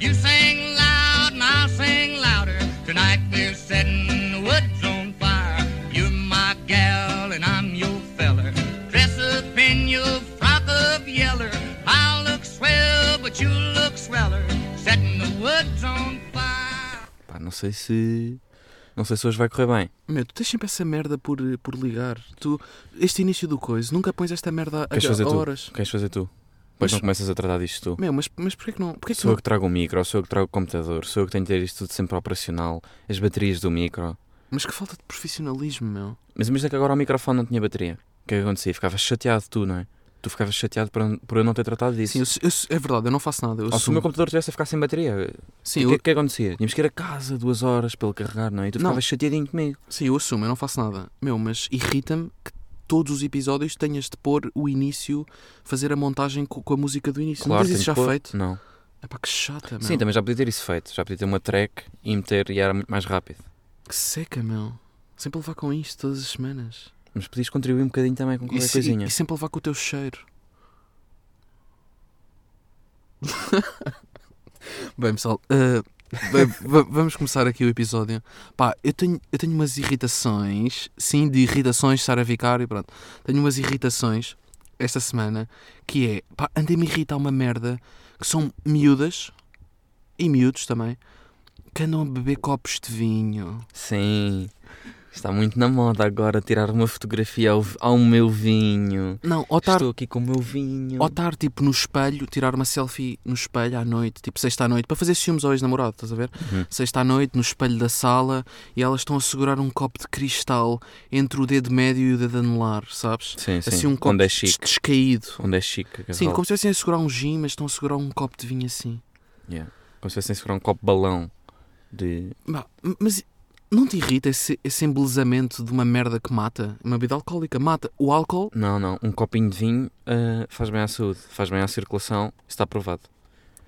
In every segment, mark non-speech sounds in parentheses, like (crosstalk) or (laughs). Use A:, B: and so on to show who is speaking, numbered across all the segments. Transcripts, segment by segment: A: You sing loud and I'll sing louder. Tonight we're setting the woods on fire. You're my gal and I'm your feller. Dress up in your frock of yeller. I'll look swell, but you look sweller. Setting the woods on fire.
B: Pá, não sei se. Não sei se hoje vai correr bem.
C: Meu, tu tens sempre essa merda por, eh, por ligar. Tu, este início do coisa, nunca pões esta merda a,
B: Queres fazer
C: a
B: tu?
C: horas.
B: Queres fazer tu? Depois
C: Mas-
B: não começas a tratar disto tu.
C: Meu, mas, mas porquê que não? Porquê que
B: Sou eu
C: não?
B: que trago o micro, sou eu que trago o computador, sou eu que tenho de ter isto tudo sempre operacional, as baterias do micro.
C: Mas que falta de profissionalismo, meu.
B: Mas imagina que agora o microfone não tinha bateria. O que é que acontecia? Ficavas chateado tu, não é? Tu ficavas chateado por, por eu não ter tratado disso.
C: Sim, eu, eu- é verdade, eu não faço nada. Eu
B: Ou se o
C: assumo.
B: meu computador estivesse a ficar sem bateria,
C: Sim,
B: o
C: eu,
B: que, é que acontecia? Tínhamos que ir a casa duas horas para ele carregar, não é? E tu
C: Não.
B: ficavas chateadinho comigo.
C: Sim, eu assumo, eu não faço nada. Meu, mas irrita-me que todos os episódios tenhas de pôr o início, fazer a montagem co- com, a música do início. não tens
B: tenho
C: isso já
B: que pôr-
C: feito?
B: Não.
C: É pá, que chata, meu.
B: Sim, também já podia ter isso feito. Já podia ter uma track e meter e era muito mais rápido.
C: Que seca, meu. Sempre levar com isto todas as semanas.
B: Mas podias contribuir um bocadinho também com
C: E,
B: qualquer
C: se-
B: coisinha.
C: e- e sempre levar com o teu cheiro. (laughs) Bem, pessoal, eh, bem, va- vamos começar aqui o episódio. Pá, eu tenho, eu tenho umas irritações, sim, de irritações, Sara Vicário, pronto. Tenho umas irritações esta semana que é, pá, andei-me a irritar uma merda que são miúdas e miúdos também que andam a beber copos de vinho.
B: Sim. Está muito na moda agora tirar uma fotografia ao, ao meu vinho.
C: Não, ou estar
B: Estou aqui com o meu vinho.
C: Ou estar tipo no espelho, tirar uma selfie no espelho à noite, tipo sexta à noite, para fazer ciúmes ao ex-namorado, estás a ver?
B: Uhum.
C: Sexta à noite, no espelho da sala, e elas estão a segurar um copo de cristal entre o dedo médio e o dedo anelar, sabes?
B: Sim, sim.
C: Assim um copo
B: Onde é
C: des-
B: chique.
C: descaído.
B: Onde é chique. que
C: Sim,
B: vale.
C: como se estivessem a segurar um gin, mas estão a segurar um copo de vinho assim.
B: Yeah. Como se fossem segurar um copo de balão. De...
C: Bah, Mas não te irrita esse, esse embelezamento de uma merda que mata? Uma bebida alcoólica mata. O álcool,
B: Não, não. Um copinho de vinho ah, faz bem à saúde, faz bem à circulação, está aprovado.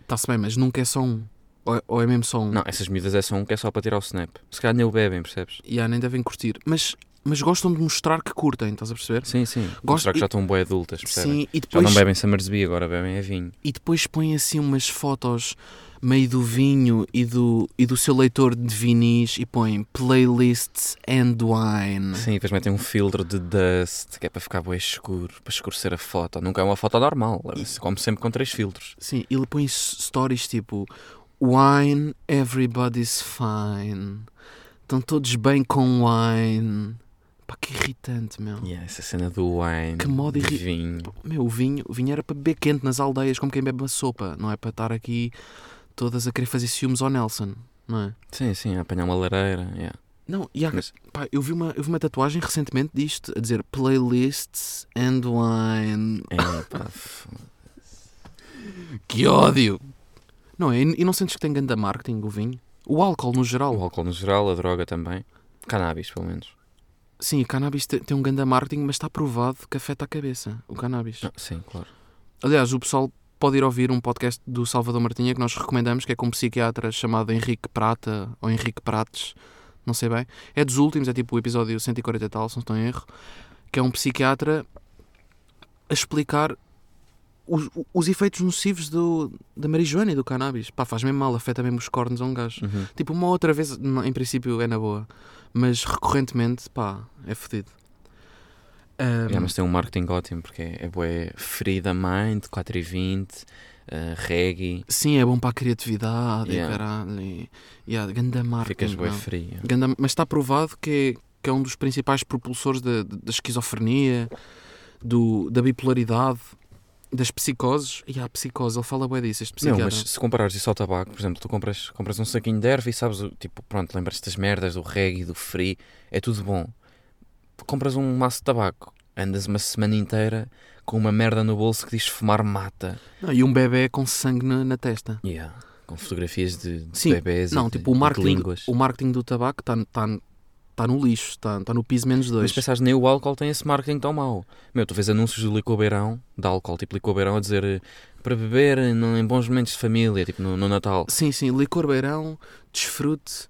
C: está-se bem, mas nunca é só um. Ou é, ou é mesmo só um.
B: Não, essas medidas é só um que é só para tirar o snap. Se calhar nem o bebem, percebes?
C: E ah, nem devem curtir. Mas, mas gostam de mostrar que curtem, estás a perceber?
B: Sim, sim.
C: Gosto-
B: Mostrar que já estão bem adultas, percebem?
C: Sim, e
B: Já
C: depois,
B: não bebem Summersby, agora bebem é vinho.
C: e depois põe assim umas fotos meio do vinho e do, e do seu leitor de vinis e põe playlists and wine.
B: Sim, depois metem um filtro de dust, que é para ficar bem escuro, para escurecer a foto. Nunca é uma foto normal, leva-se como sempre com três filtros.
C: Sim, ele põe s- stories tipo Wine, everybody's fine. Estão todos bem com wine. Pá, que irritante, meu.
B: Yeah, essa cena do wine,
C: Que moda
B: de
C: irri-
B: vinho.
C: Meu, o vinho, o vinho era para beber quente nas aldeias, como quem bebe uma sopa, não é para estar aqui todas a querer fazer ciúmes ao Nelson, não é?
B: Sim, sim, apanhar uma lareira. yeah.
C: Não, e há,
B: Mas-
C: pá, eu, vi uma, eu vi uma tatuagem recentemente disto, a dizer playlists and wine. (laughs)
B: É, pá, f-
C: Que ódio! Não é? E e não sentes que tem ganda marketing o vinho? O álcool no geral.
B: o álcool no geral, a droga também. Cannabis, pelo menos.
C: Sim, o cannabis te- tem um ganda marketing, mas está provado que afeta a cabeça, o cannabis.
B: Ah, sim, claro.
C: Aliás, o pessoal pode ir ouvir um podcast do Salvador Martinha que nós recomendamos, que é com um psiquiatra chamado Henrique Prata, ou Henrique Prates, não sei bem. É dos últimos, é tipo o episódio 140 e tal, se não estou em erro, que é um psiquiatra a explicar os, os efeitos nocivos do, da marijuana e do cannabis. Pá, faz mesmo mal, afeta mesmo os cornos a um gajo.
B: Uhum.
C: Tipo, uma outra vez, não, em princípio, é na boa. Mas recorrentemente, pá, é fodido. Ahm,
B: Yeah, mas tem um marketing ótimo, porque é, é bué Frida Mind, 4,20, ah, reggae,
C: Sim, é bom para a criatividade
B: Yeah.
C: e caralho. E, e há ganda
B: ficas
C: marketing.
B: bué
C: não?
B: fria.
C: Ganda- mas está provado que é, que é um dos principais propulsores da, da esquizofrenia, do, da bipolaridade, das psicoses. E há psicose, ele fala bem disso, este
B: Não,
C: psiquiatra.
B: mas se comparares isso ao tabaco, por exemplo, tu compras, compras um saquinho de erva e sabes, o- tipo, pronto, lembras-te das merdas, do reggae, do free, é tudo bom. Compras um maço de tabaco, andas uma semana inteira com uma merda no bolso que diz fumar mata.
C: Não, e um bebê com sangue na, na testa.
B: Yeah. Com fotografias de, de
C: Sim,
B: bebés
C: não,
B: e é, de,
C: tipo,
B: e
C: o
B: de
C: marketing,
B: línguas.
C: o marketing do tabaco está tá, tá no lixo, está tá no piso menos
B: Mas
C: dois.
B: pensares, nem o álcool tem esse marketing tão mau. Meu, tu vês anúncios do licor beirão, de álcool, tipo licor beirão a dizer eh, para beber eh, no- em bons momentos de família, tipo no, no Natal.
C: Sim, sim, licor beirão, desfrute,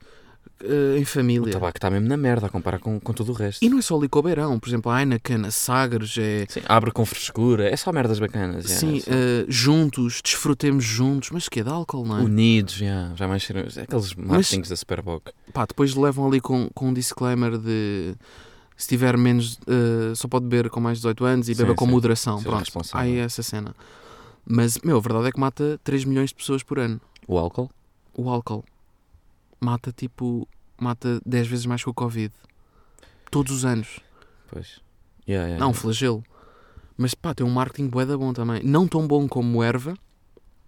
C: eh, em família.
B: O tabaco está mesmo na merda a comparar com, com todo o resto.
C: E não é só Licobeirão, por exemplo, a Heineken, a Sagres, é.
B: Sim, abre com frescura, é só merdas bacanas. yeah,
C: Sim,
B: só-
C: eh, juntos, desfrutemos juntos, mas que é de álcool, não é?
B: Unidos, yeah, já mais cheiros. Aqueles marketings da Superboc.
C: Pá, depois levam ali com, com um disclaimer de se tiver menos, eh, só pode beber com mais de 18 anos e
B: Sim,
C: beba com
B: sim.
C: moderação.
B: Seja
C: Pronto,
B: responsável.
C: há aí é essa cena. Mas, meu, a verdade é que mata 3 milhões de pessoas por ano.
B: O álcool?
C: O álcool mata tipo, mata 10 vezes mais que o Covid. Todos os anos.
B: Pois. Yeah, yeah,
C: Não, um
B: yeah.
C: flagelo. Mas pá, tem um marketing boeda bom também. Não tão bom como erva.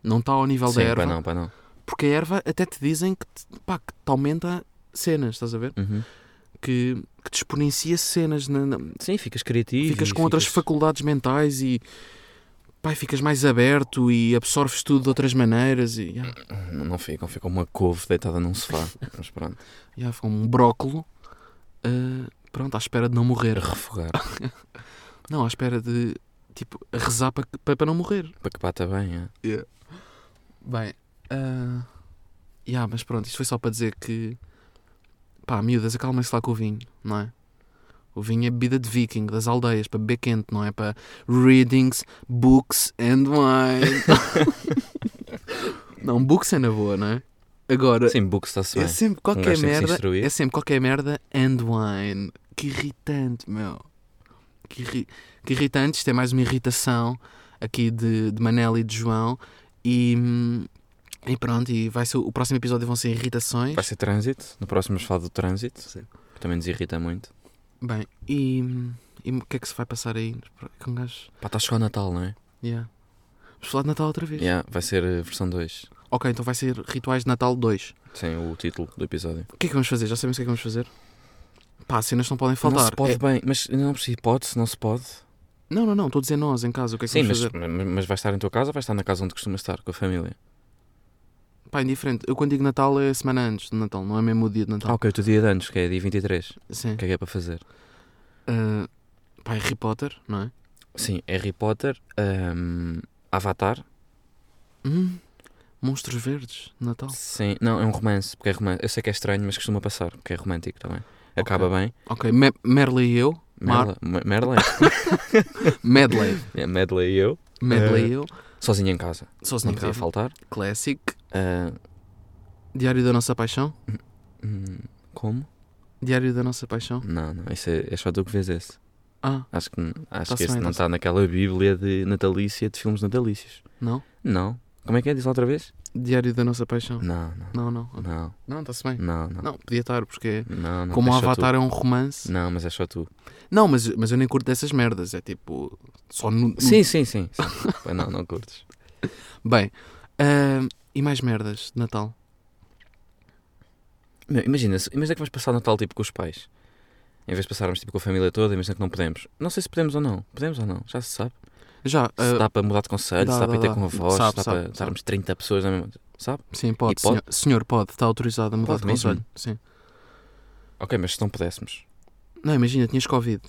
C: Não está ao nível da
B: Sim,
C: é
B: pá
C: erva.
B: não, pá não.
C: Porque a erva até te dizem que te, pá, que te aumenta cenas, estás a ver?
B: Uhum.
C: Que, que te exponencia cenas. na- na-
B: Sim, ficas criativo.
C: ficas
B: e
C: com outras faculdades mentais e. Pá, e ficas mais aberto e absorves tudo de outras maneiras. E já,
B: Não, não ficam, ficam uma couve deitada num
C: (laughs)
B: sofá. Mas pronto.
C: já fica um brócolo. ah, pronto, à espera de não morrer.
B: A refogar.
C: Não, à espera de, tipo, rezar para que- para para não morrer.
B: para que bata bem, é. yeah.
C: Bem, ah, yeah, mas pronto, isto foi só para dizer que pá, miúdas, acalmem-se lá com o vinho, não é? O vinho é bebida de viking, das aldeias, para beber quente, não é? Para readings, books and wine. (laughs) não, books é na boa, não é? Agora,
B: Sim, book está-se bem.
C: é sempre
B: Um
C: qualquer
B: gajo tem que se
C: merda,
B: instruir.
C: é sempre qualquer merda and wine. Que irritante, meu. Que, irri- que irritante, isto é mais uma irritação aqui de, de Manel e de João. E, hum, e pronto, e vai ser, o próximo episódio vão ser irritações.
B: Vai ser trânsito. No próximo vamos falar do trânsito. Que também nos irrita muito.
C: Bem, e, hum, e o que é que se vai passar aí? Com um gajo?
B: Pá, está a chegar o Natal, não é?
C: Yeah. Vamos falar de Natal outra vez.
B: Yeah, vai ser a versão 2.
C: Ok, então vai ser Rituais de Natal 2.
B: Sem o título do episódio.
C: O que é que vamos fazer? Já sabemos o que é que vamos fazer? Pá, cenas não podem faltar.
B: Não se pode
C: É-
B: bem, mas não precisa hipótese, não se pode.
C: não, não, não, estou a dizer nós em casa, o que é que
B: Sim,
C: vamos
B: mas,
C: fazer?
B: mas mas vai estar em tua casa ou vai estar na casa onde costumas estar, com a família?
C: Pá, indiferente. Eu quando digo Natal é semana antes de Natal, não é mesmo o dia de
B: Ah,
C: Natal.
B: ok, o teu dia de anos, que é dia 23.
C: Sim.
B: O que é que é para fazer?
C: Ah, pá, Harry Potter, não é?
B: Sim, Harry Potter, ahm, Avatar.
C: Hum, Monstros Verdes, Natal.
B: Sim, não, é um romance, porque é romance. Eu sei que é estranho, mas costuma passar, porque é romântico também. Acaba bem.
C: Ok, Me Merle e eu. Mar
B: Merla, Me- Merla,
C: Medley.
B: (laughs) é, Medley e eu.
C: Medley e eu.
B: Sozinho em casa.
C: Sozinho
B: Não
C: em
B: podia
C: casa.
B: faltar.
C: Classic.
B: Ah,
C: Diário da Nossa Paixão.
B: hum, como?
C: Diário da Nossa Paixão.
B: Não, não, isso é, é só tu que vês esse.
C: Ah,
B: Acho que, acho
C: Tá-se
B: que esse
C: bem,
B: não
C: tá-se
B: está naquela bíblia de natalícia de filmes natalícios.
C: não?
B: Não. Como é que é? Diz lá outra vez?
C: Diário da Nossa Paixão.
B: Não, não,
C: Não, não. ok.
B: não,
C: Não, está-se bem.
B: não, não.
C: Não, podia estar, porque
B: Não, não,
C: como
B: é
C: o
B: só tu.
C: Avatar é um romance.
B: Não, mas é só tu.
C: Não, mas, mas eu nem curto dessas merdas. É tipo. Só no. no-
B: Sim, sim, sim. sim. Pá, não, não curtes.
C: Bem. ah, e mais merdas de Natal?
B: Meu, imagina, se- imagina que vamos passar o Natal tipo com os pais. Em vez de passarmos tipo com a família toda, imagina que não podemos. Não sei se podemos ou não. Podemos ou não, já se sabe.
C: Já,
B: se
C: ah,
B: dá para mudar de conselho,
C: dá,
B: se dá, para ir
C: dá,
B: ter
C: dá.
B: com a voz,
C: Sabe,
B: se dá
C: sabe,
B: para
C: sabe.
B: estarmos 30 pessoas na mesma. Sabe?
C: sim, pode.
B: E pode?
C: Senhor, senhor, pode, está autorizado a mudar
B: Pode
C: de
B: mesmo?
C: conselho. Sim.
B: Ok, mas se não pudéssemos.
C: Não, imagina, tinhas Covid.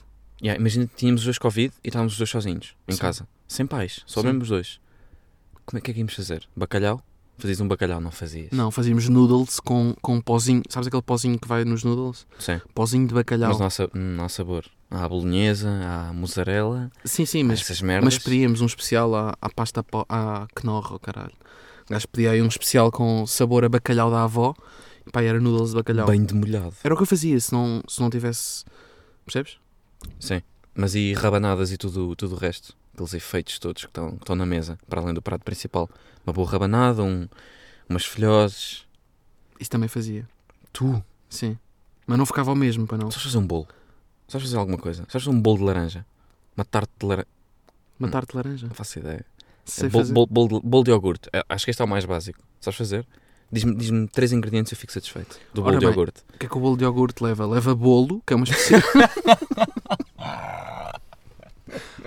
B: Yeah, imagina que tínhamos os dois Covid e estávamos os dois sozinhos, em
C: Sim.
B: casa. Sem pais, só
C: Sim.
B: mesmo os dois. Como é que é que íamos fazer? Bacalhau? Fazias um bacalhau, não fazias?
C: Não, fazíamos noodles com, com um pozinho. Sabes aquele pozinho que vai nos noodles?
B: Sim.
C: Pozinho de bacalhau.
B: Mas não há, sa- não há sabor. Há a bolonhesa, há a mussarela,
C: Sim, sim,
B: mas,
C: mas,
B: essas merdas.
C: mas pedíamos um especial à, à pasta po- à Knorr, oh, caralho. O gajo pedia aí um especial com sabor a bacalhau da avó. E pá, era noodles de bacalhau.
B: Bem demolhado.
C: Era o que eu fazia se não, se não tivesse. Percebes?
B: Sim. Mas e rabanadas e tudo, tudo o resto? Aqueles efeitos todos que estão, que estão na mesa, para além do prato principal. Uma boa rabanada, um, umas filhoses.
C: Isso também fazia.
B: Tu?
C: Sim. Mas não ficava ao mesmo, para não.
B: Só fazer um bolo. Só fazer alguma coisa. Só fazer um bolo de laranja. Uma tarte de laranja.
C: Uma tarte de laranja.
B: Não faço ideia.
C: Sei
B: bolo,
C: fazer.
B: bolo- bolo de- bolo de iogurte. É, Acho que este é o mais básico. Sabes fazer? Diz-me diz três ingredientes e eu fico satisfeito. Do bolo
C: Ora
B: de
C: bem.
B: iogurte.
C: O que é que o bolo de iogurte leva? Leva bolo, que é
B: (laughs)
C: uma especial.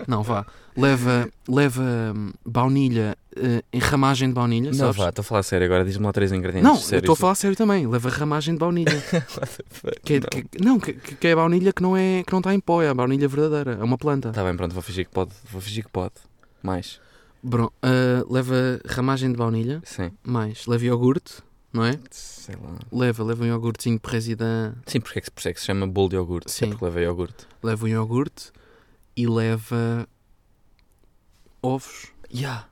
C: não, vá. Leva, leva hum, baunilha, eh, em ramagem de baunilha,
B: Não,
C: sabes?
B: vá, estou a falar sério agora. Diz-me lá três ingredientes.
C: Não, eu
B: sério,
C: estou a
B: isso-
C: falar sério também. Leva ramagem de baunilha.
B: (laughs)
C: que é, que- não, que, que é a baunilha que não é, que não está em pó, é a baunilha verdadeira, é uma planta.
B: Tá bem, pronto, vou fingir que pode. Vou fingir que pode. Mais.
C: Bro, eh, leva ramagem de baunilha,
B: Sim.
C: mais leva iogurte, não é?
B: Sei lá.
C: Leva, leva um iogurtezinho presidã,
B: Sim, porque é que, por isso é que se chama bolo de iogurte.
C: Sim.
B: É porque leva iogurte.
C: leva um iogurte e leva ovos.
B: Yeah.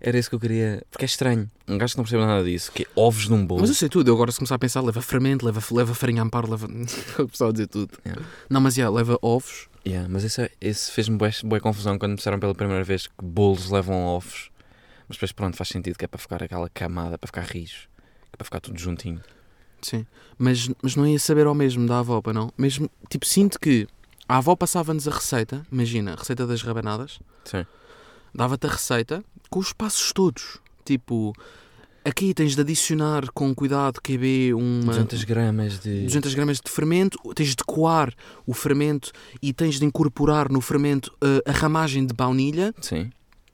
B: Era isso que eu queria. Porque é estranho. Um gajo que não percebe nada disso, que é ovos num bolo.
C: Mas eu sei tudo, eu agora se começar a pensar, leva fermento, leva, leva farinha amparo, leva. (laughs) o pessoal dizer tudo.
B: Yeah.
C: Não, mas yeah, leva ovos.
B: Yeah, mas esse, esse fez-me boa, confusão quando me disseram pela primeira vez que bolos levam ovos. Mas depois, pronto, faz sentido que é para ficar aquela camada, para ficar rijo, que é para ficar tudo juntinho.
C: Sim. Mas, mas não ia saber ao mesmo da avó, pá, não? Mesmo, tipo, sinto que a avó passava-nos a receita, imagina, a receita das rabanadas,
B: Sim.
C: dava-te a receita com os passos todos. Tipo, aqui tens de adicionar com cuidado QB uma.
B: 200 gramas de.
C: 200 gramas de fermento, tens de coar o fermento e tens de incorporar no fermento eh, a ramagem de baunilha,
B: Sim.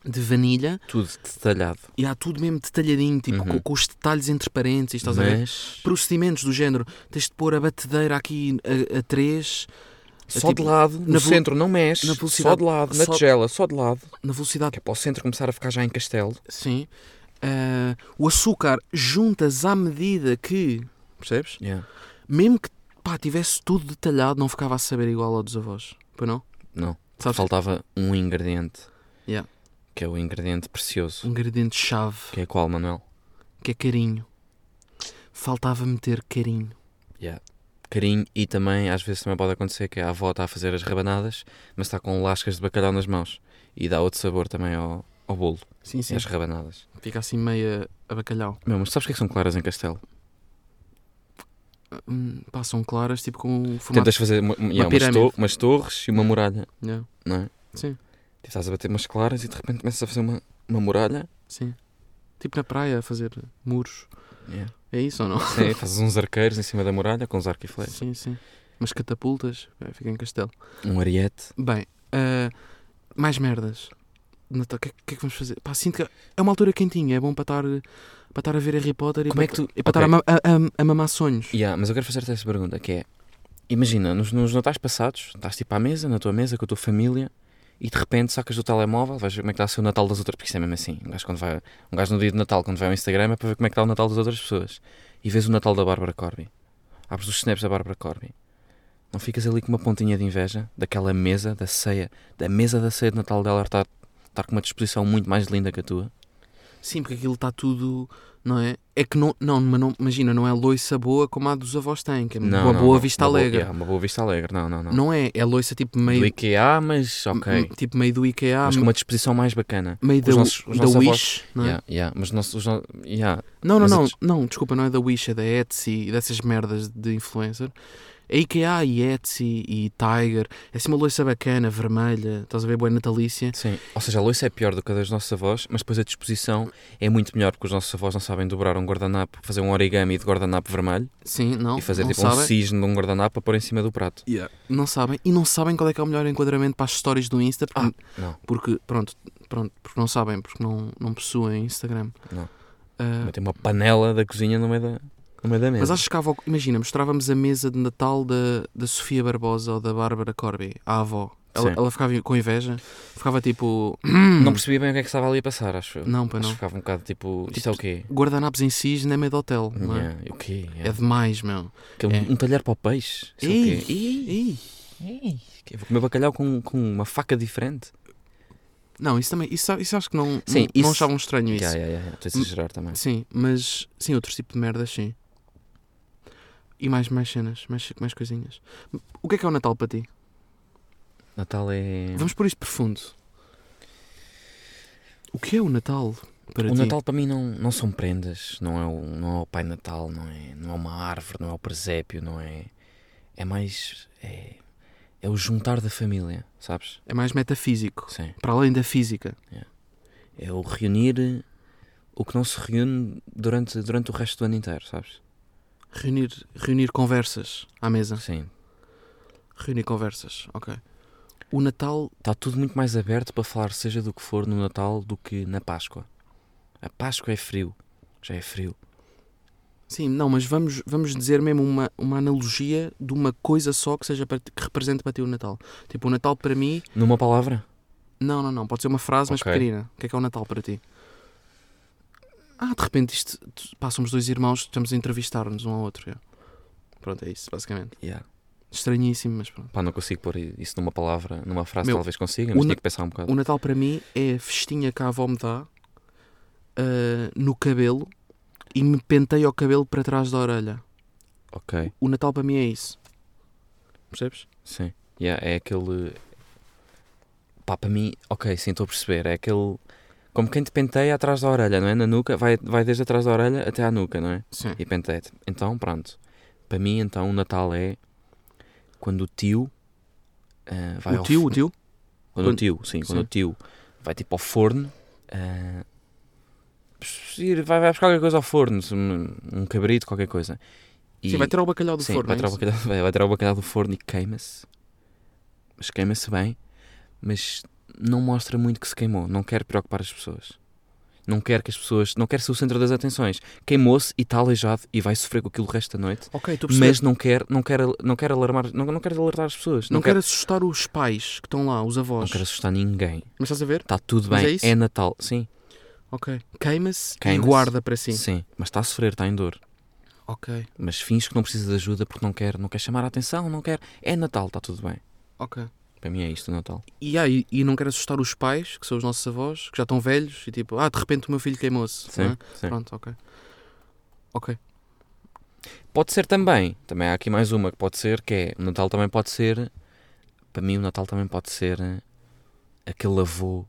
C: de vanilha,
B: Tudo detalhado.
C: E há tudo mesmo detalhadinho,
B: Uhum.
C: tipo, co- com, os detalhes entre parênteses, estás a ver?
B: Mas.
C: Procedimentos do género, tens de pôr a batedeira aqui a, a 3,
B: Só de
C: tipo,
B: lado, É no
C: na velo-
B: centro não mexe.
C: na
B: só
C: velocidade-
B: de lado, na
C: só-
B: tigela, só de lado.
C: na velocidade,
B: Que é para o centro começar a ficar já em castelo.
C: sim. Ah, o açúcar juntas à medida que, percebes?
B: Yeah.
C: Mesmo que, pá, tivesse tudo detalhado, não ficava a saber igual ao dos avós, pois não?
B: Não.
C: Sabes?
B: Faltava um ingrediente.
C: Yeah.
B: Que é o ingrediente precioso.
C: Um ingrediente-chave,
B: Que é qual, Manuel?
C: que é carinho. Faltava meter carinho.
B: Yeah. Carinho e também, às vezes também pode acontecer que a avó está a fazer as rabanadas, mas está com lascas de bacalhau nas mãos. E dá outro sabor também ao, ao bolo.
C: Sim,
B: E às rabanadas.
C: Fica assim meio a, a bacalhau.
B: Meu, mas sabes o que é que são claras em castelo?
C: Hum, pá, são claras, tipo com o formato...
B: Tentas fazer uma, uma- yeah, umas,
C: pirâmide.
B: tor- umas torres e uma muralha,
C: Yeah.
B: não é?
C: Sim.
B: Tipo, estás a bater umas claras e de repente começas a fazer uma, uma muralha.
C: Sim. Tipo na praia, a fazer muros.
B: Yeah.
C: É isso ou não?
B: Sim, fazes uns arqueiros em cima da muralha com os arco e flecha.
C: Sim, sim. Mas catapultas, é, fica em castelo.
B: Um ariete.
C: Bem, ah, mais merdas. Natal, o que, é- o que é que vamos fazer? Pá, sinto que é uma altura quentinha, é bom para estar, para estar a ver Harry Potter e
B: Como
C: para,
B: é que tu-
C: e para estar a, ma- a- a- a mamar sonhos.
B: Yeah, mas eu quero fazer-te esta pergunta, que é... Imagina, nos, nos natais passados, estás tipo à mesa, na tua mesa, com a tua família, e de repente sacas do telemóvel, vais ver como é que está a ser o Natal das outras... Porque isso é mesmo assim. Um gajo, quando vai, um gajo no dia de Natal, quando vai ao Instagram, é para ver como é que está o Natal das outras pessoas. E vês o Natal da Bárbara Corby. Abres os snaps da Bárbara Corby. Não ficas ali com uma pontinha de inveja daquela mesa, da ceia, da mesa da ceia de Natal dela estar, estar com uma disposição muito mais linda que a tua?
C: Sim, porque aquilo está tudo, não é? É que não, não, mas não imagina, não é loiça boa como a dos avós têm, que é uma boa vista
B: uma boa-
C: alegre.
B: yeah, uma boa vista alegre, não, não, não.
C: Não é? É loiça tipo
B: Do
C: meio,
B: IKEA, mas ok.
C: tipo meio do IKEA,
B: mas com uma disposição mais bacana.
C: meio
B: os
C: da,
B: nossos- os
C: da
B: nossos avós-
C: Wish, não é?
B: Yeah, yeah, Mas nossos, os, no- yeah.
C: Não, não,
B: Mas
C: não,
B: eles-
C: não, desculpa, não é da Wish, é da Etsy e dessas merdas de influencer. É IKEA e Etsy e Tiger, é assim uma loiça bacana, vermelha, estás a ver, boa natalícia.
B: Sim. Ou seja, a louça é pior do que a dos nossos avós, mas depois a disposição é muito melhor porque os nossos avós não sabem dobrar um guardanapo, fazer um origami de guardanapo vermelho
C: Sim, não,
B: e fazer
C: não
B: tipo um
C: sabem.
B: cisne de um guardanapo para pôr em cima do prato.
C: Não sabem, e não sabem qual é que é o melhor enquadramento para as stories do Insta, porque,
B: Ah, não.
C: porque, pronto, pronto, porque não sabem, porque não, não possuem Instagram.
B: Não.
C: Ah,
B: Tem uma panela da cozinha no meio da, no meio da mesa.
C: Mas achas que a avó, imagina, mostrávamos a mesa de Natal da, da Sofia Barbosa ou da Bárbara Corby, à avó. Ela,
B: Sim.
C: ela ficava com inveja, ficava tipo. (clears throat)
B: Não percebi bem o que é que estava ali a passar, acho eu.
C: Não, para
B: Acho
C: não.
B: que ficava um bocado tipo, isto é o quê?
C: Guardanapos em si não é meio de hotel, não é?
B: Yeah, O quê?
C: É demais, meu.
B: Que é um- Um talher para o peixe? Isto é o quê?
C: Ei.
B: Ei, que eu vou comer bacalhau com, com uma faca diferente.
C: Não, isso também, isso, isso acho que não,
B: Sim,
C: não,
B: isso-
C: não achavam estranho isso.
B: Yeah, yeah, yeah, yeah. Estou a exagerar também.
C: Sim, mas sim, outro tipo de merda, sim. E mais, mais cenas, mais, mais coisinhas. O que é que é o Natal para ti?
B: Natal é.
C: Vamos por isto profundo. O que é o Natal para
B: O
C: ti?
B: Natal para mim não, não são prendas, não é, o, não é o Pai Natal, não é, não é uma árvore, não é o presépio, não é. É mais. É, é o juntar da família, sabes?
C: É mais metafísico,
B: Sim.
C: para além da física.
B: É o reunir o que não se reúne durante, durante o resto do ano inteiro, sabes?
C: Reunir, reunir conversas à mesa.
B: Sim.
C: Reunir conversas, ok. O Natal,
B: Está tudo muito mais aberto para falar, seja do que for, no Natal do que na Páscoa. A Páscoa é frio, já é frio.
C: sim, não, mas vamos, vamos dizer mesmo uma, uma analogia de uma coisa só que, seja para ti- que represente para ti o Natal. Tipo, o Natal para mim,
B: Numa palavra?
C: não, não, não, pode ser uma frase, mas
B: Ok.
C: pequenina. O que é que é o Natal para ti? Ah, de repente isto. tu- Pá, somos dois irmãos, estamos a entrevistar-nos um ao outro. yeah. Pronto, é isso, basicamente.
B: Yeah.
C: Estranhíssimo, mas pronto.
B: Pá, não consigo pôr isso numa palavra, numa frase,
C: Meu,
B: talvez consiga, mas
C: o
B: tinha
C: na-
B: que pensar um bocado.
C: O Natal para mim é a festinha que a avó me dá ah, no cabelo e me penteio o cabelo para trás da orelha.
B: Ok,
C: O Natal para mim é isso. Percebes?
B: sim. Yeah, é aquele. Pá, para mim, ok, sim, estou a perceber. É aquele. Como quem te penteia atrás da orelha, não é? Na nuca, vai, vai desde atrás da orelha até à nuca, não é?
C: Sim.
B: E penteia-te. Então, pronto. Para mim, então, o Natal é quando o tio. ah, vai
C: O
B: ao
C: tio,
B: f-
C: o tio?
B: Quando o
C: Quando-
B: tio, sim, quando
C: sim.
B: o tio vai tipo ao forno, ah, pss, ir- vai, vai buscar qualquer coisa ao forno, se um, um cabrito, qualquer coisa. E-
C: Sim, vai tirar o bacalhau do
B: sim,
C: forno.
B: vai
C: é
B: tirar, o
C: isso?
B: bacalhau, vai, vai tirar o bacalhau do forno e queima-se. Mas queima-se bem, mas não mostra muito que se queimou, não quer preocupar as pessoas. Não quer que as pessoas, não quer ser o centro das atenções. Queimou-se e está aleijado e vai sofrer com aquilo o resto da noite.
C: Ok, tu percebes?
B: Mas não quer, não quer, não quer alarmar, não, não quer alertar as pessoas.
C: Não,
B: Não,
C: quero
B: quer,
C: assustar os pais que estão lá, os
B: não
C: avós.
B: quer assustar ninguém.
C: Mas estás a ver?
B: Está tudo
C: Mas
B: bem,
C: é isso?
B: é Natal. Sim,
C: Ok. Queima-se e
B: Queima-se.
C: guarda para si.
B: sim, Mas está a sofrer, está em dor.
C: Ok,
B: Mas finge que não precisa de ajuda porque não quer, não quer chamar a atenção, não quer. É Natal, está tudo bem.
C: ok.
B: Para mim é isto, o Natal.
C: E, ah, e, e não quero assustar os pais, que são os nossos avós, que já estão velhos, e tipo, ah, de repente o meu filho queimou-se.
B: Sim,
C: não é?
B: sim.
C: Pronto, ok. Ok.
B: Pode ser também, também há aqui mais uma que pode ser, que é, o Natal também pode ser, para mim o Natal também pode ser eh, aquele avô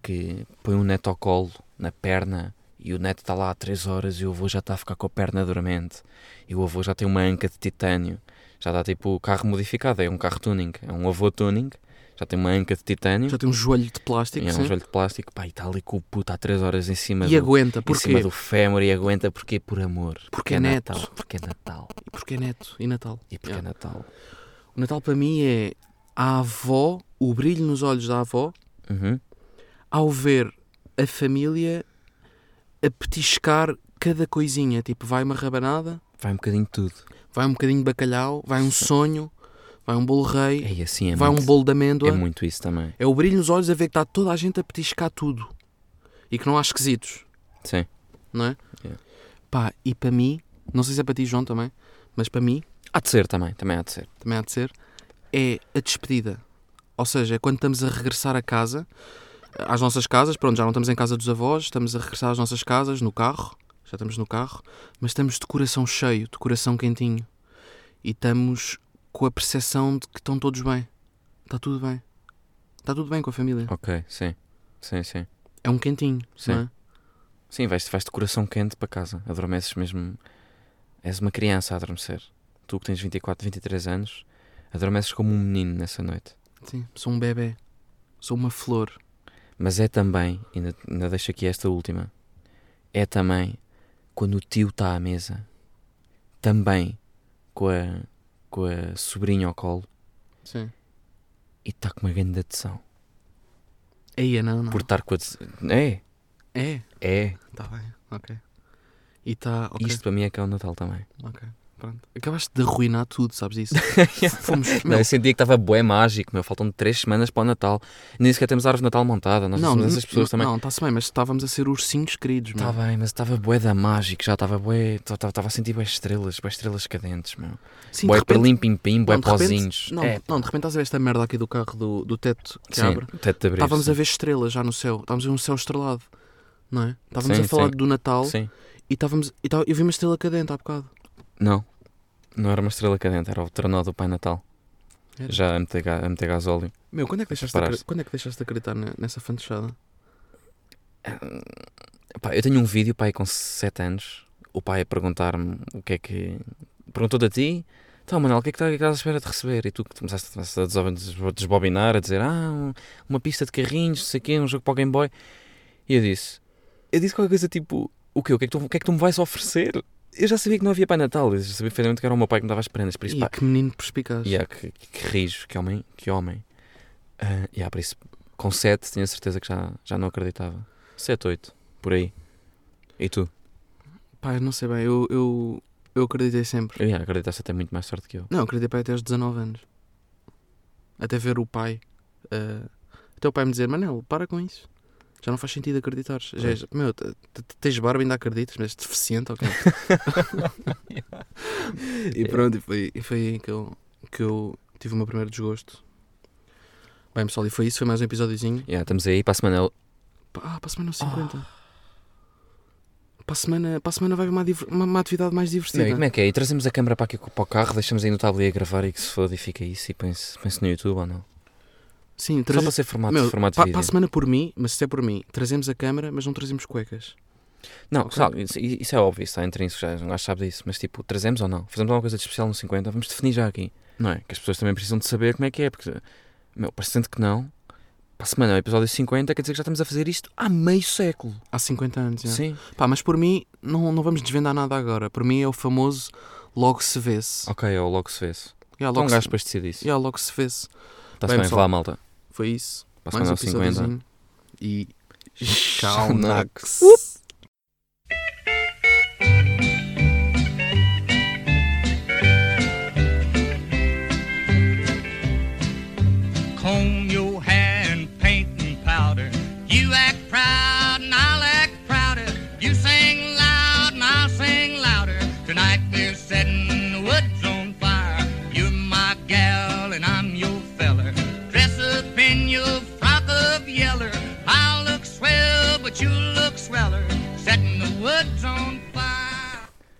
B: que põe um neto ao colo, na perna, e o neto está lá há 3 horas e o avô já está a ficar com a perna duramente, e o avô já tem uma anca de titânio, já está tipo o carro modificado, é um carro tuning, é um avô tuning, já tem uma anca de titânio,
C: Já tem um joelho de plástico,
B: e é
C: sim.
B: um joelho de plástico, pá, e está ali com o puto há 3 horas em cima
C: E
B: do...
C: aguenta,
B: Em cima
C: porquê?
B: do fémur e aguenta porque por amor.
C: Porque é neto.
B: Natal. Porque é Natal.
C: Porque é neto e Natal.
B: E porque
C: Yeah.
B: é Natal.
C: O Natal para mim é a avó, o brilho nos olhos da avó,
B: Uhum.
C: ao ver a família a petiscar cada coisinha. Tipo, vai uma rabanada,
B: Vai um bocadinho de tudo.
C: vai um bocadinho de bacalhau, vai um sonho, vai um bolo rei,
B: É assim, é
C: vai
B: muito,
C: um bolo de amêndoa.
B: É muito isso também.
C: É o brilho nos olhos a ver que está toda a gente a petiscar tudo e que não há esquisitos,
B: Sim.
C: não é?
B: Yeah.
C: Pá, e para mim, não sei se é para ti, João, também, mas para mim,
B: Há de ser também, também há de ser.
C: também há de ser, é a despedida. Ou seja, é quando estamos a regressar a casa, às nossas casas, pronto, já não estamos em casa dos avós, estamos a regressar às nossas casas, no carro, já estamos no carro, mas estamos de coração cheio, de coração quentinho. E estamos com a percepção de que estão todos bem. Está tudo bem. Está tudo bem com a família.
B: Ok, sim. Sim, sim.
C: É um quentinho,
B: Sim.
C: não é?
B: Sim, vais, vais de coração quente para casa. Adormeces mesmo. És uma criança a adormecer. Tu que tens 24, 23 anos, adormeces como um menino nessa noite.
C: Sim, sou um bebê. Sou uma flor.
B: Mas é também, ainda, ainda deixo aqui esta última, é também quando o tio está à mesa, também com a, com a sobrinha ao colo
C: Sim.
B: e está com uma grande atenção.
C: Eia, não, não.
B: Por estar com a. des- É,
C: É?
B: é.
C: Tá bem, ok. E tá, ok,
B: Isto para mim é que é o Natal também.
C: ok. Pronto. Acabaste de arruinar tudo, sabes
B: (laughs)
C: isso? Fomos,
B: Não,
C: meu,
B: eu sentia que estava bué mágico, meu. Faltam três semanas para o Natal. Nem sequer temos a árvore de Natal montada. Nós não, somos essas pessoas também.
C: Não, está-se bem, mas estávamos a ser ursinhos queridos, é? meu.
B: Está bem, mas estava bué da mágico, já estava bué, estava a sentir bué estrelas, bué estrelas cadentes, meu.
C: Sim,
B: bué
C: de repente-
B: perlim-pim-pim, bué
C: não, de repente-
B: pozinhos.
C: Não,
B: é,
C: não, de repente estás a ver esta merda aqui do carro, do, do teto que
B: Sim,
C: abre.
B: o teto de abrir.
C: Estávamos
B: sim.
C: a ver estrelas já no céu. Estávamos a ver um céu estrelado, não é? Estávamos
B: Sim,
C: a falar
B: sim.
C: do Natal
B: Sim.
C: e estávamos... E tá- eu vi uma estrela cadente há bocado.
B: Não. Não era uma estrela cadente, era o trenó do Pai Natal.
C: Era.
B: Já a meter, ga- a meter gás óleo.
C: Meu, quando é que deixaste,
B: Preparaste.
C: acre- quando é que deixaste de acreditar ne- nessa fantochada?
B: Pá, eu tenho um vídeo, pai, com 7 anos. O pai a perguntar-me o que é que. Perguntou-te a ti. Então, Manuel, o que é que tá- o que é que estás à espera de receber? E tu que começaste começaste a desob- desbo- desbobinar, a dizer, ah, um- uma pista de carrinhos, não sei o quê, um jogo para o Game Boy. E eu disse, eu disse qualquer coisa tipo, o quê? O que é que tu, o que é que tu me vais oferecer? Eu já sabia que não havia Pai Natal, eu já sabia perfeitamente que era o meu pai que me dava as prendas, por isso,
C: Ih,
B: pá,
C: que menino perspicaz.
B: Yeah, que, que, que rijo, que homem. Que homem. Ah, yeah, por isso, com 7 tinha certeza que já, já não acreditava. 7, 8, por aí. E tu?
C: Pá, eu não sei bem, eu, eu, eu acreditei sempre.
B: Yeah, acreditaste até muito mais tarde que eu.
C: Não, eu acreditei pai até aos 19 anos. Até ver o pai. eh, até o pai me dizer, Manel, para com isso. Já não faz sentido acreditar. Já és, meu, t- t- tens barba e ainda acreditas, mas és deficiente
B: (laughs)
C: ou quê? E pronto, e foi, e foi aí que eu, que eu tive o meu primeiro desgosto. Bem, pessoal, e foi isso. Foi mais um episódiozinho.
B: Yeah, estamos aí para a semana. é o-
C: Pa- Ah, para a semana é o 50. Para, a semana, para a semana vai haver uma, diver- uma, uma atividade mais
B: Meu,
C: divertida.
B: e como é que é? E trazemos a câmera para aqui para o carro, deixamos aí no tablet a gravar e que se foda e fica isso e pense, pense no YouTube ou não.
C: Sim,
B: Só
C: traze-
B: para ser formato,
C: Meu,
B: formato
C: pa-
B: de vídeo.
C: para a semana por mim, mas se é por mim, trazemos a câmara, mas não trazemos cuecas.
B: Não,
C: Ok.
B: sabe, isso, isso é óbvio, está entre isso, já, um gajo sabe disso, mas tipo, trazemos ou não? Fazemos alguma coisa de especial no 50, vamos definir já aqui, não é? Que as pessoas também precisam de saber como é que é, porque, meu, parecendo que não, para a semana é o episódio 50, quer dizer que já estamos a fazer isto há meio século.
C: Há 50 anos, já.
B: Sim.
C: Pá, mas por mim, não, não vamos desvendar nada agora. Por mim é o famoso logo se vê-se.
B: Ok, ou logo se vê-se. Então
C: Yeah,
B: um
C: logo,
B: gajo
C: se...
B: depois decide isso.
C: yeah, logo se vê-se.
B: Está-se
C: Bem,
B: bem,
C: pessoal.
B: vá lá, malta.
C: Foi isso.
B: Para
C: um
B: a semana é o 50.
C: episódiozinho. E.
B: (laughs) Tchau, Nax.
C: Nax.
A: Comb your hair.